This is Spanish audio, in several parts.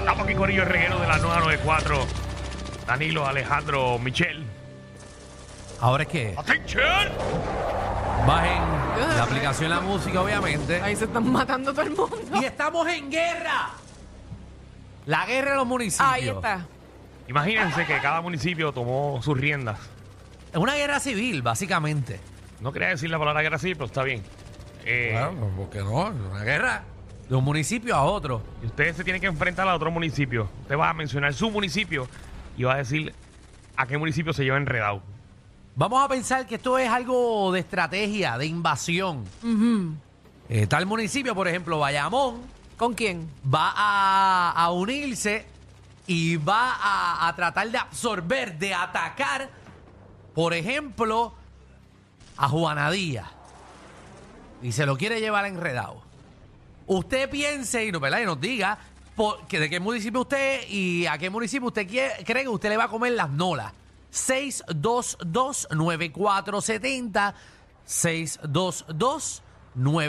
Estamos aquí Corillo el Reguero de la 994. Danilo, Alejandro, Michel. Ahora es que ¡Atención! bajen la aplicación La Música, obviamente. Ahí se están matando todo el mundo. Y estamos en guerra. La guerra de los municipios. Ahí está. Imagínense que cada municipio tomó sus riendas. Es una guerra civil, básicamente. No quería decir la palabra guerra así, pero está bien. Eh, Claro, pues, ¿por qué no? Es Una guerra de un municipio a otro. y Ustedes se tienen que enfrentar a otro municipio. Usted va a mencionar su municipio y va a decir a qué municipio se lleva enredado. Vamos a pensar que esto es algo de estrategia, de invasión. Eh, tal municipio, por ejemplo, Bayamón, ¿Con quién? va a, a unirse y va a, a tratar de absorber, de atacar, por ejemplo, a Juanadía. Y se lo quiere llevar enredado. Usted piense y, no, ¿verdad? y nos diga por- que de qué municipio usted es y a qué municipio usted quie- cree que usted le va a comer las nolas. 622-9470.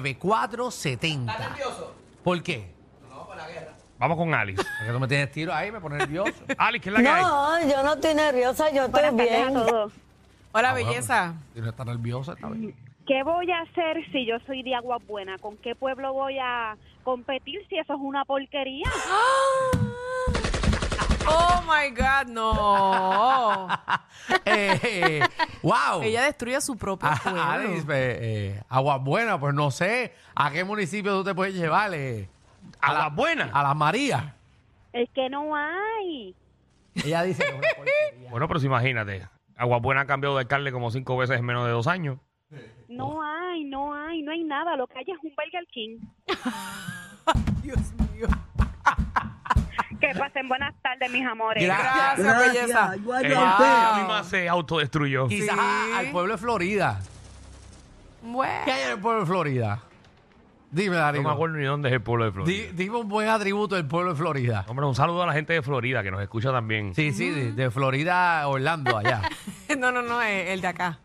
622-9470. ¿Está nervioso? ¿Por qué? Vamos con Alice. Es que tú me tienes tiro ahí, me pone nervioso. Alice, ¿qué es la que hay? No, yo no estoy nerviosa, yo estoy Buenas tardes a bien. todos. Hola, belleza. Ah, pues, Si no está nerviosa, está bien. ¿Qué voy a hacer si yo soy de Agua Buena? ¿Con qué pueblo voy a competir si eso es una porquería? Oh my God, no. Eh, eh, ¡Wow! Ella destruye su propio Ah, Alice, pueblo. pues, eh, Aguas Buenas, pues no sé a qué municipio tú te puedes llevar. eh, A la- las buenas. A las Marías. Es que no hay. Ella dice que es una porquería. Bueno, pero si imagínate. Aguabuena ha cambiado de alcalde como cinco veces en menos de dos años. Oh. No hay, no hay, no hay nada. Lo que hay es un Burger King. Dios mío. Que pasen buenas tardes, mis amores. Gracias. Gracias, belleza. Eh, Ah. Ella misma se autodestruyó. Quizás a- al pueblo de Florida. ¿Qué Bueno. hay en el pueblo de Florida? Dime, No Darío. me acuerdo ni dónde es el pueblo de Florida. Di- dime un buen atributo del pueblo de Florida. Hombre, un saludo a la gente de Florida que nos escucha también. Sí, sí, de, de Florida a Orlando, allá. No, no, no, eh, el de acá.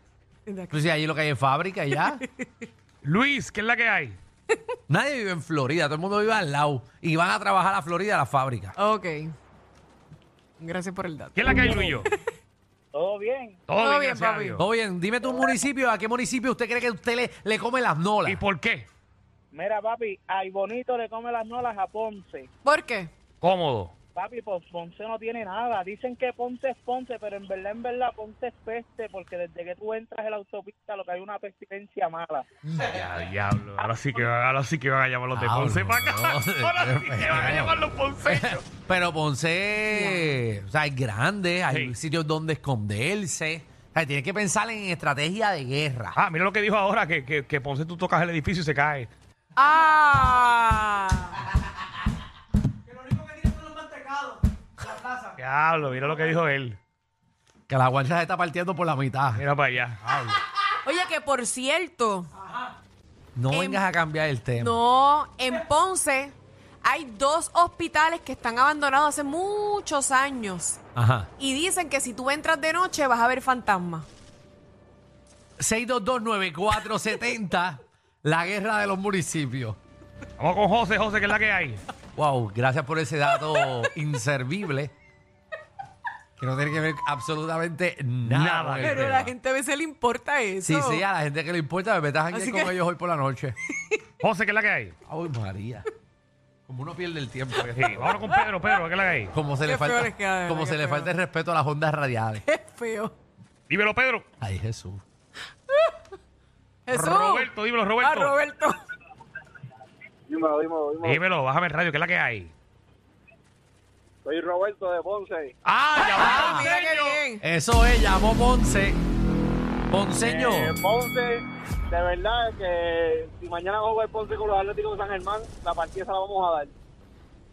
El de acá. Entonces, allí lo que hay es fábrica, allá. Luis, ¿qué es la que hay? Nadie vive en Florida, todo el mundo vive al lado. Y van a trabajar a Florida a la fábrica. Ok. Gracias por el dato. ¿Qué es la que hay, Luillo? Todo bien. Todo bien, gracias a papi. Dios. Oye, dime tu municipio, ¿a qué municipio usted cree que usted le, le come las nolas? ¿Y por qué? Mira, papi, a Ibonito le come las nolas a Ponce. ¿Por qué? Cómodo. Papi, pues Ponce no tiene nada. Dicen que Ponce es Ponce, pero en verdad, en verdad, Ponce es peste, porque desde que tú entras en la autopista lo que hay es una pestilencia mala. Ya, diablo. Ahora sí que, ahora sí que van a llamar los de Diablo, Ponce para acá. no. Ahora sí que van a llamar los ponceños. Pero Ponce, o sea, es grande, hay Sí. sitios donde esconderse. O sea, tienes que pensar en estrategia de guerra. Ah, mira lo que dijo ahora, que, que, que Ponce tú tocas el edificio y se cae. Ah. Diablo, mira lo que dijo él. Que la guardia se está partiendo por la mitad. Mira para allá. Oye, que por cierto, No Em, vengas a cambiar el tema. No, en Ponce hay dos hospitales que están abandonados hace muchos años. Ajá. Y dicen que si tú entras de noche vas a ver fantasmas. 6229470, la guerra de los municipios. Vamos con José, José, ¿qué es la que hay? Wow, gracias por ese dato inservible. Que no tiene que ver absolutamente nada. Nada, con el pero Pero tema. la gente a veces le importa eso. Sí, sí, a la gente que le importa, me metas a janguear Así con que- ellos hoy por la noche. José, ¿qué es la que hay? Pues Ay, María. Como uno pierde el tiempo. que Sí, se- vámonos con Pedro, Pedro, ¿qué es la que hay? Como se le Qué feo falta, les queda, de verdad, como qué se le feo. falta el respeto a las ondas radiales. Qué feo. Dímelo, Pedro. Ay, Jesús. Jesús. Roberto, dímelo, Ah, Roberto. Roberto. Dímelo, dímelo, Dímelo, bájame el radio, ¿qué es la que hay? Soy Roberto de Ponce. ¡Ah, Ah, ya mira va, qué Ponceño! bien. Eso es, llamó Ponce. Ponceño. Eh, Eh, Ponce, de verdad que si mañana juega el Ponce con los Atléticos de San Germán, la partida se la vamos a dar.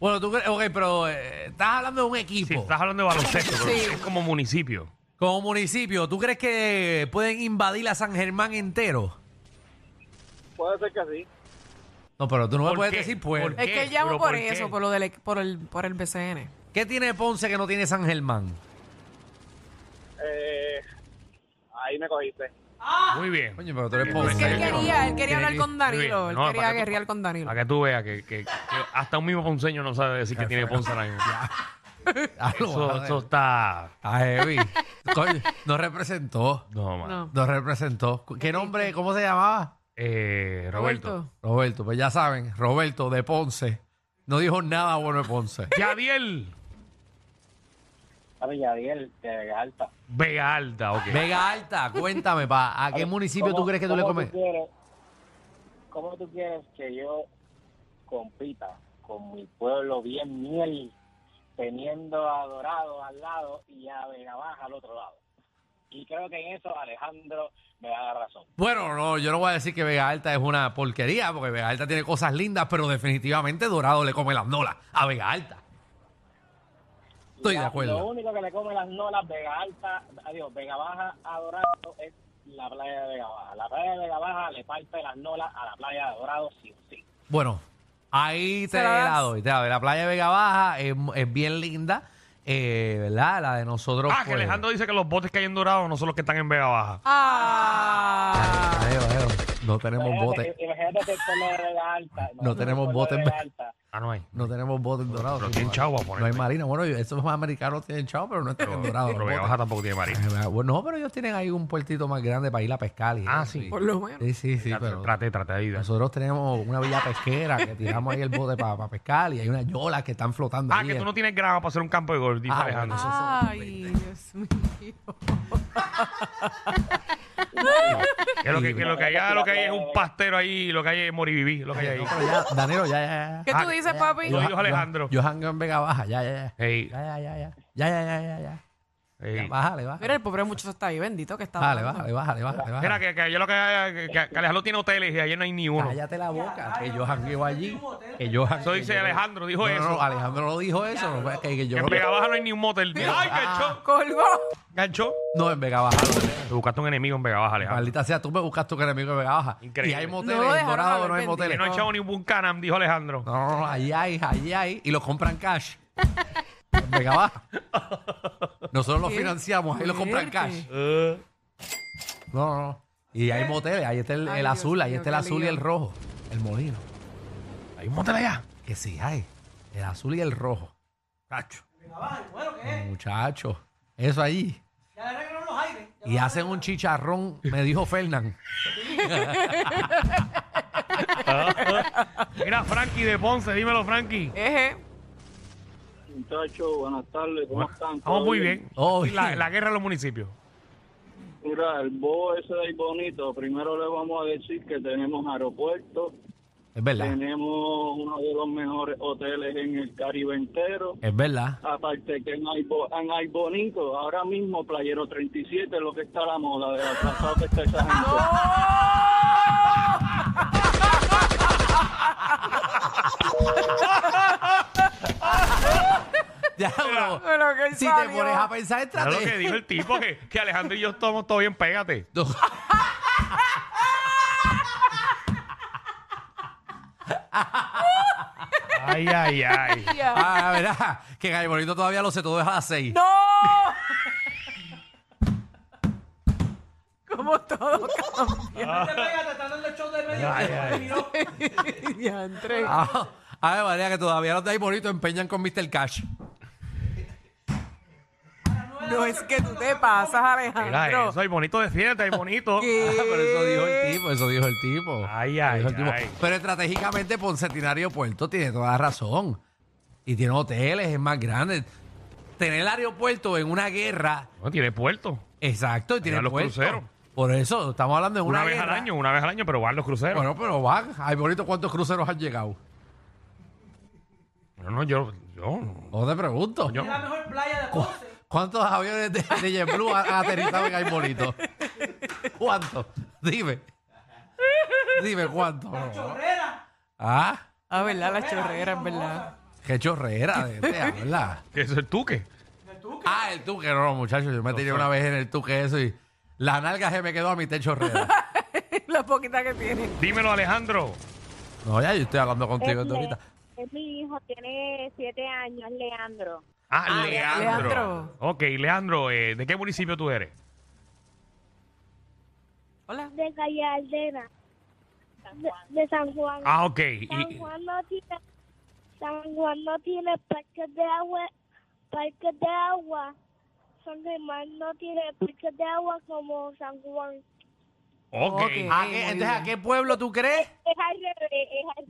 Bueno, tú crees, ok, pero eh, estás hablando de un equipo. Sí, estás hablando de baloncesto, pero Sí. es como municipio. Como municipio, ¿tú crees que pueden invadir a San Germán entero? Puede ser que sí. No, pero tú no me ¿Por puedes qué? decir pues. ¿Por qué? Es que él llama ¿Pero por, por qué? eso, por lo del por el por el BCN. ¿Qué tiene Ponce que no tiene San Germán? Eh, ahí me cogiste. Muy bien. Coño, pero tú eres Pues, Es que él eh, quería, él quería tiene hablar que- con muy bien. Danilo. Él No, para quería que- guerrear con Danilo. Para que tú veas que, que- que hasta un mismo ponceño no sabe decir que tiene ponce ahora mismo. Ah, lo vas a Eso, ver. eso está... Ah, heavy. Coño, no representó. No, man. No. No representó. ¿Qué nombre? ¿Cómo se llamaba? Eh, Roberto. Roberto, pues ya saben, Roberto de Ponce. No dijo nada bueno de Ponce. Yadiel A Yadiel, de Vega Alta. Vega Alta, ok. Vega Alta, cuéntame, pa, ¿a qué municipio tú ¿Cómo- crees que tú le cómo comes? quieres- ¿Cómo tú quieres que yo compita con mi pueblo bien miel, teniendo a Dorado al lado y a Vega Baja al otro lado? Y creo que en eso Alejandro me da la razón. Bueno, no, yo no voy a decir que Vega Alta es una porquería, porque Vega Alta tiene cosas lindas, pero definitivamente Dorado le come las nolas a Vega Alta. Estoy de La- acuerdo. Lo único que le come las nolas Vega Alta, adiós, Vega Baja a Dorado es la playa de Vega Baja. La playa de Vega Baja le parte las nolas a la playa de Dorado sí o sí. Bueno, ahí te Se la das. la doy. te la doy. La playa de Vega Baja es, es bien linda, eh, ¿verdad? La de nosotros. Ah, que pues- Alejandro dice que los botes que hay en Dorado no son los que están en Vega Baja. Ah. Ay, ay, No tenemos bote, Imagínate, imagínate que el pueblo de Vega Alta. No tenemos el pueblo bote de en Vega Ve- Alta. Ah, no hay. no tenemos bote en Dorado. Pero tienen chavo a poner. No hay marina. Bueno, esos americanos tienen chavo, pero no están en Dorado. Pero los Vega botes. Baja tampoco tiene marina. Ah, Bueno, no, pero ellos tienen ahí un puertito más grande para ir a pescar. y Ah, eso, sí. y- Por lo menos. Sí, sí, sí, pero Traté, traté de ayudar. nosotros tenemos una villa pesquera que tiramos ahí el bote para pescar y hay unas yolas que están flotando Ah, ahí que en- tú no tienes grama para hacer un campo de golf, dice Ah, Alejandro. bueno. Ay, Dios mío. Que lo que, que lo que hay, ah, lo que hay es un pastero ahí, lo que hay es moribiví, lo que hay ahí. Pero ya, Danilo, ya, ya, ¿Qué ya. Ah, tú dices, papi? Lo dijo Alejandro. Yo jango en Vega Baja, ya, ya, ya. Ey, Ya, ya, ya, ya. Ya, ya, ya, ya, ya. Ya, ey. Bájale, bájale. Mira, el pobre muchacho está ahí, bendito que está. Bájale, bájale, hablando. bájale, bájale. bájale. Mira, que, que ayer lo que, que, que Alejandro tiene hoteles y ayer no hay ni uno. Cállate la boca, que yo jangueo allí. Que yo jangueo. Eso dice Alejandro, dijo No, no, eso. no, Alejandro no dijo eso. no, que, que yo Que en Vega Baja no hay ni un motel. ¡Ay, ganchó! Colgó. ¡Ganchó! No, en Vega Baja. Te buscaste un enemigo en Vega Baja, Alejandro. Maldita sea, tú me buscas tu enemigo de Vega Baja. Increíble. Y hay No moteles lo en dejaron Dorado, hablar, no hay bendito. Que moteles. no No, ha echado ni un Buchanan, dijo Alejandro. no, no, ahí hay, ahí hay. Y los compran cash. En Vega Baja. Nosotros los Qué financiamos, ahí los compran fuerte. Eh. cash. No, no, no. Y hay moteles, ahí está el, Ay, el Dios azul, ahí mío, está el qué azul y lío. el rojo. El molino. Hay un motel allá. Que sí hay. El azul y el rojo. Muchacho. Muchachos. Eso allí. Y hacen un chicharrón, me dijo Fernán. Mira, Frankie de Ponce, dímelo, Frankie. Eje. Muchachos, buenas tardes, ¿cómo están? Estamos muy bien. Oh, La, bien. la guerra de los municipios. Mira, el bo ese del bonito, primero le vamos a decir que tenemos aeropuerto, Es verdad. tenemos uno de los mejores hoteles en el Caribe entero, Es verdad. aparte que en Aibo- en Ay bonito, ahora mismo Playero 37 es lo que está a la moda, de atrasado que está esa gente. Ya, pero, Pero que él si te salió. pones a pensar, Mira lo que estrategia. dijo el tipo, que, que Alejandro y yo estamos todo bien, pégate. Ay, ay, ay. Ah, verá, que Gallo Bonito todavía lo sé todo es a las seis. ¡No! Como todo Ay, ay. cambia entre. Ah, a ver, María, que todavía los de ahí bonito empeñan con Mr. Cash. Ah, No es que tú te pasas, Mira Alejandro. eso, hay bonito de fiesta, hay bonito. ¿Qué? Ah, pero eso dijo el tipo, eso dijo el tipo. Ay, Eso ay, dijo el tipo. ay. Pero estratégicamente Poncetinario Puerto tiene toda la razón. Y tiene hoteles, es más grande. Tener el aeropuerto en una guerra, No, tiene puerto. exacto, y tiene los puerto. cruceros. Por eso, estamos hablando de Una, una, vez guerra. al año, una vez al año, pero van los cruceros. Bueno, pero van. Ay, bonito, ¿cuántos cruceros han llegado? no, no, yo, yo, no. No te pregunto. yo. ¿Cuántos aviones de, de JetBlue han han aterrizado en Ay Bonito? ¿Cuántos? Dime. Dime cuántos. chorrera. Ah, Ah, verdad, la chorrera, es verdad. qué chorrera, de, de- ¿verdad? Que eso es el tuque. Ah, el tuque, no, muchachos. Yo me tiré una vez en el tuque eso y la nalga se me quedó a mi techo chorrera. la poquita que tiene. Dímelo, Alejandro. No, ya yo estoy hablando contigo Es tú Le- ahorita. es mi hijo, tiene siete años, Leandro. Ah, Ah, Leandro. Leandro. Ok, Leandro, eh, ¿de qué municipio tú eres? Hola. de Calle Aldena, de, de San Juan. Ah, ok. Y- San Juan no tiene, San Juan no tiene parques de agua, parques de agua. San Germán no tiene parques de agua como San Juan. ok. Ok. ¿A Eh, qué- muy entonces, ¿a bien. qué pueblo tú crees? Es al revés, es al,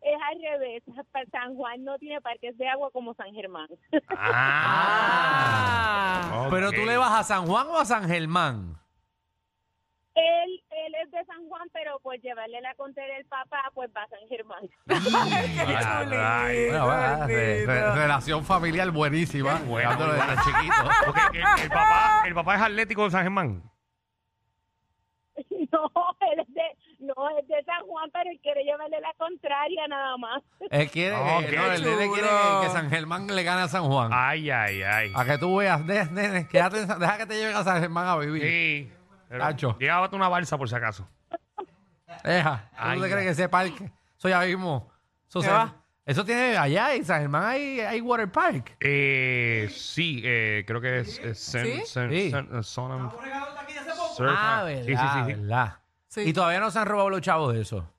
es al revés. Pa- San Juan no tiene parques de agua como San Germán. Ah. ok. Pero tú le vas a San Juan o a San Germán. Él, él es de San Juan, pero por llevarle la contraria del papá, pues va a San Germán. Ya, Ah, rayos. Bueno, bueno, re- re- relación familiar buenísima. buena, Dándolo muy desde chiquito. Ok, el, el papá, el papá es atlético de San Germán. No, él es de, no, es de San Juan, pero él quiere llevarle la contraria nada más. Él quiere, Ok. eh, no, el nene quiere Chulo. que, que San Germán le gane a San Juan. Ay, ay, ay. A que tú veas, de- nene, quédate en San- deja que te lleven a San Germán a vivir. Sí. Pero Tacho. Llévate una balsa por si acaso. Deja. ¿Tú Ay, te ya. crees que ese parque? Eso ya mismo. Eso, ¿Qué se- va? eso tiene allá en San Germán hay, hay water park. Eh, sí, eh, creo que es, es Sen- ¿Sí? Sen- Sí. Sen- eh, Sonam- Surf- Ah, Sí, verdad, sí, sí, sí. verdad. Sí. Y todavía no se han robado los chavos de eso.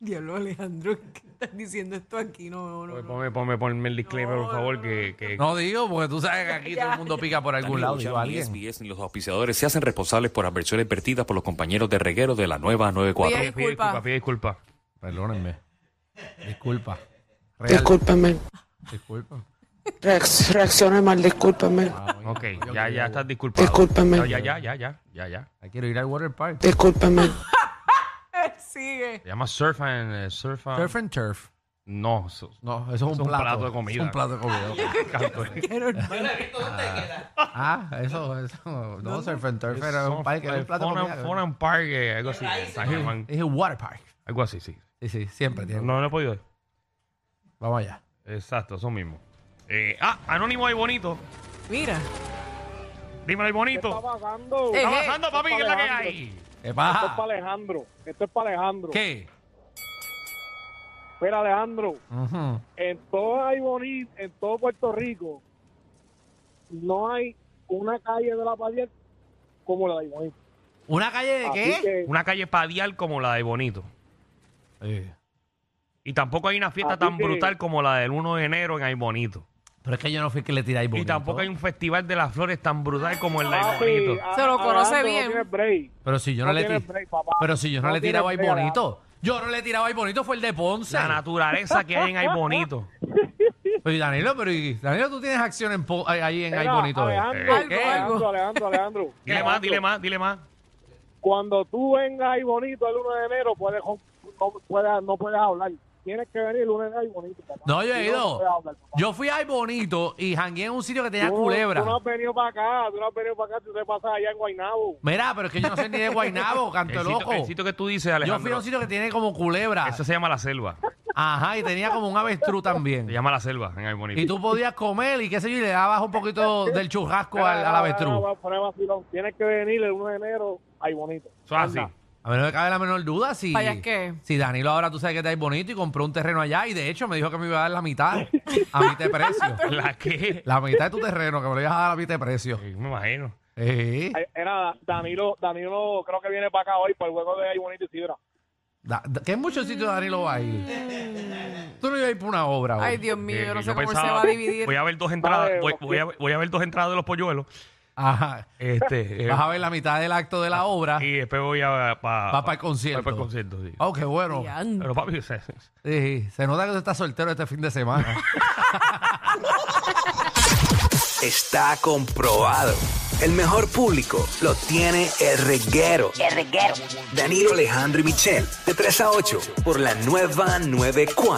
Diablo, Alejandro, ¿qué estás diciendo esto aquí? No, no, no. Pues Ponme, ponme, ponme el disclaimer, por favor, que... que- No digo, porque tú sabes que aquí todo el mundo pica por algún lado. Danilo digo, Cham y alguien. SBS ni los auspiciadores se hacen responsables por adversiones vertidas por los compañeros de reguero de la nueva 94. Bien. Pide disculpa, pide disculpa. Perdónenme. Disculpa. Real, Discúlpame, Disculpa. reacc- reaccioné mal, discúlpame, Ok, ya, ya estás disculpado. Discúlpame. No, ya, ya, ya, ya, ya, ya. Ya Quiero ir al water park. discúlpame. Él sigue. Se llama surf and... eh, surf and- Surf and turf. No, so- No, eso es un, un plato de comida. Es un plato de comida. canto. Quiero el- ah, eso, eso. No, surf and turf era un Son- parque, era un eh, plato de Fun and- Fun comida. and Park, eh, algo así. San Germán. Dije water park. Algo así, sí. Sí, sí, siempre tiene. No, no he podido ir. Vamos allá. Exacto, eso mismo. Eh, ah, Anónimo y Bonito. Mira. Dímelo, el Bonito. pasando? ¿Qué Eh, está eh. pasando, papi? ¿Qué es la que hay? ¿Qué Esto es para pasa? Alejandro. Esto es para Alejandro. ¿Qué? Mira, Alejandro, Ujú. en todo hay bonito, en todo Puerto Rico, no hay una calle de la Padiel como la de Iboní. ¿Una calle de Así qué? que- Una calle padial como la de Bonito. Sí. Y tampoco hay una fiesta Así tan que- brutal como la del 1 de enero en Ay Bonito. Pero es que yo no fui que le tiráis bonito. Y tampoco hay un festival de las flores tan brutal como el de Ay Papi, ah, Bonito. a- Se lo conoce Alejandro bien. No tiene break. Pero si yo no, No le tienes ti- break, papá. Pero si yo no, No le tienes tiraba ahí break, bonito. Yo no le tiraba ahí bonito, fue el de Ponce. La naturaleza que hay en Ay Bonito. Oye, Danilo, pero y- Danilo, tú tienes acción en po- ahí- ahí en ahí Mira, bonito. ¿eh? Alejandro, Eh, ¿qué? Alejandro, Alejandro, Alejandro. Dile más, Alejandro, dile más, dile más. Cuando tú vengas ahí bonito el 1 de enero, puedes, con- no, puedes, no puedes hablar. Tienes que venir el 1 de enero ahí bonito. papá. No, yo he Si no ido. puedes hablar, papá. Yo fui ahí bonito y jangué en un sitio que tenía Tú- culebra. Tú no has venido para acá, tú no has venido para acá, tú te pasas allá en Guaynabo. Mira, pero es que yo no soy ni de Guaynabo, canto El sitio, loco. el sitio que tú dices, Yo fui a Alejandro. un sitio que tiene como culebra. Eso se llama La Selva. Ajá, y tenía como un avestruz Se también. llama La Selva en Ay Bonito. Y tú podías comer y qué sé yo, y le dabas un poquito del churrasco al, al avestruz. Ah, ah, ah, poner vacilón. Tienes que venir el 1 de enero ahí bonito. Eso es así. Anda. A mí no me cabe la menor duda si, ¿Para allá qué? si Danilo ahora tú sabes que está ahí bonito y compró un terreno allá y de hecho me dijo que me iba a dar la mitad a mitad de precio. ¿La qué? La mitad de tu terreno, que me lo ibas a dar a mitad de precio. Eh, Me imagino. Eh, Ay, Era Danilo, Danilo creo que viene para acá hoy para el juego de ahí bonito y Sidra. da- da- que en muchos sitios Danilo va a ir. Tú no ibas a ir por una obra. hoy. Ay, Dios mío, Eh, yo no yo sé cómo él se pensaba- va a dividir. Voy a ver dos entradas, Vale, voy, ok. voy a, voy a ver dos entradas de los polluelos. Ajá. Este, eh, Vas a ver la mitad del acto de la obra. y después voy a para Va pa'l concierto. Para el concierto, sí. Oh, qué bueno. Diandre. Pero papi, o sea, Sí, se nota que tú estás soltero este fin de semana. Está comprobado. El mejor público lo tiene el reguero. El reguero. Danilo Alejandro y Michel, de 3 a 8, por la nueva 94.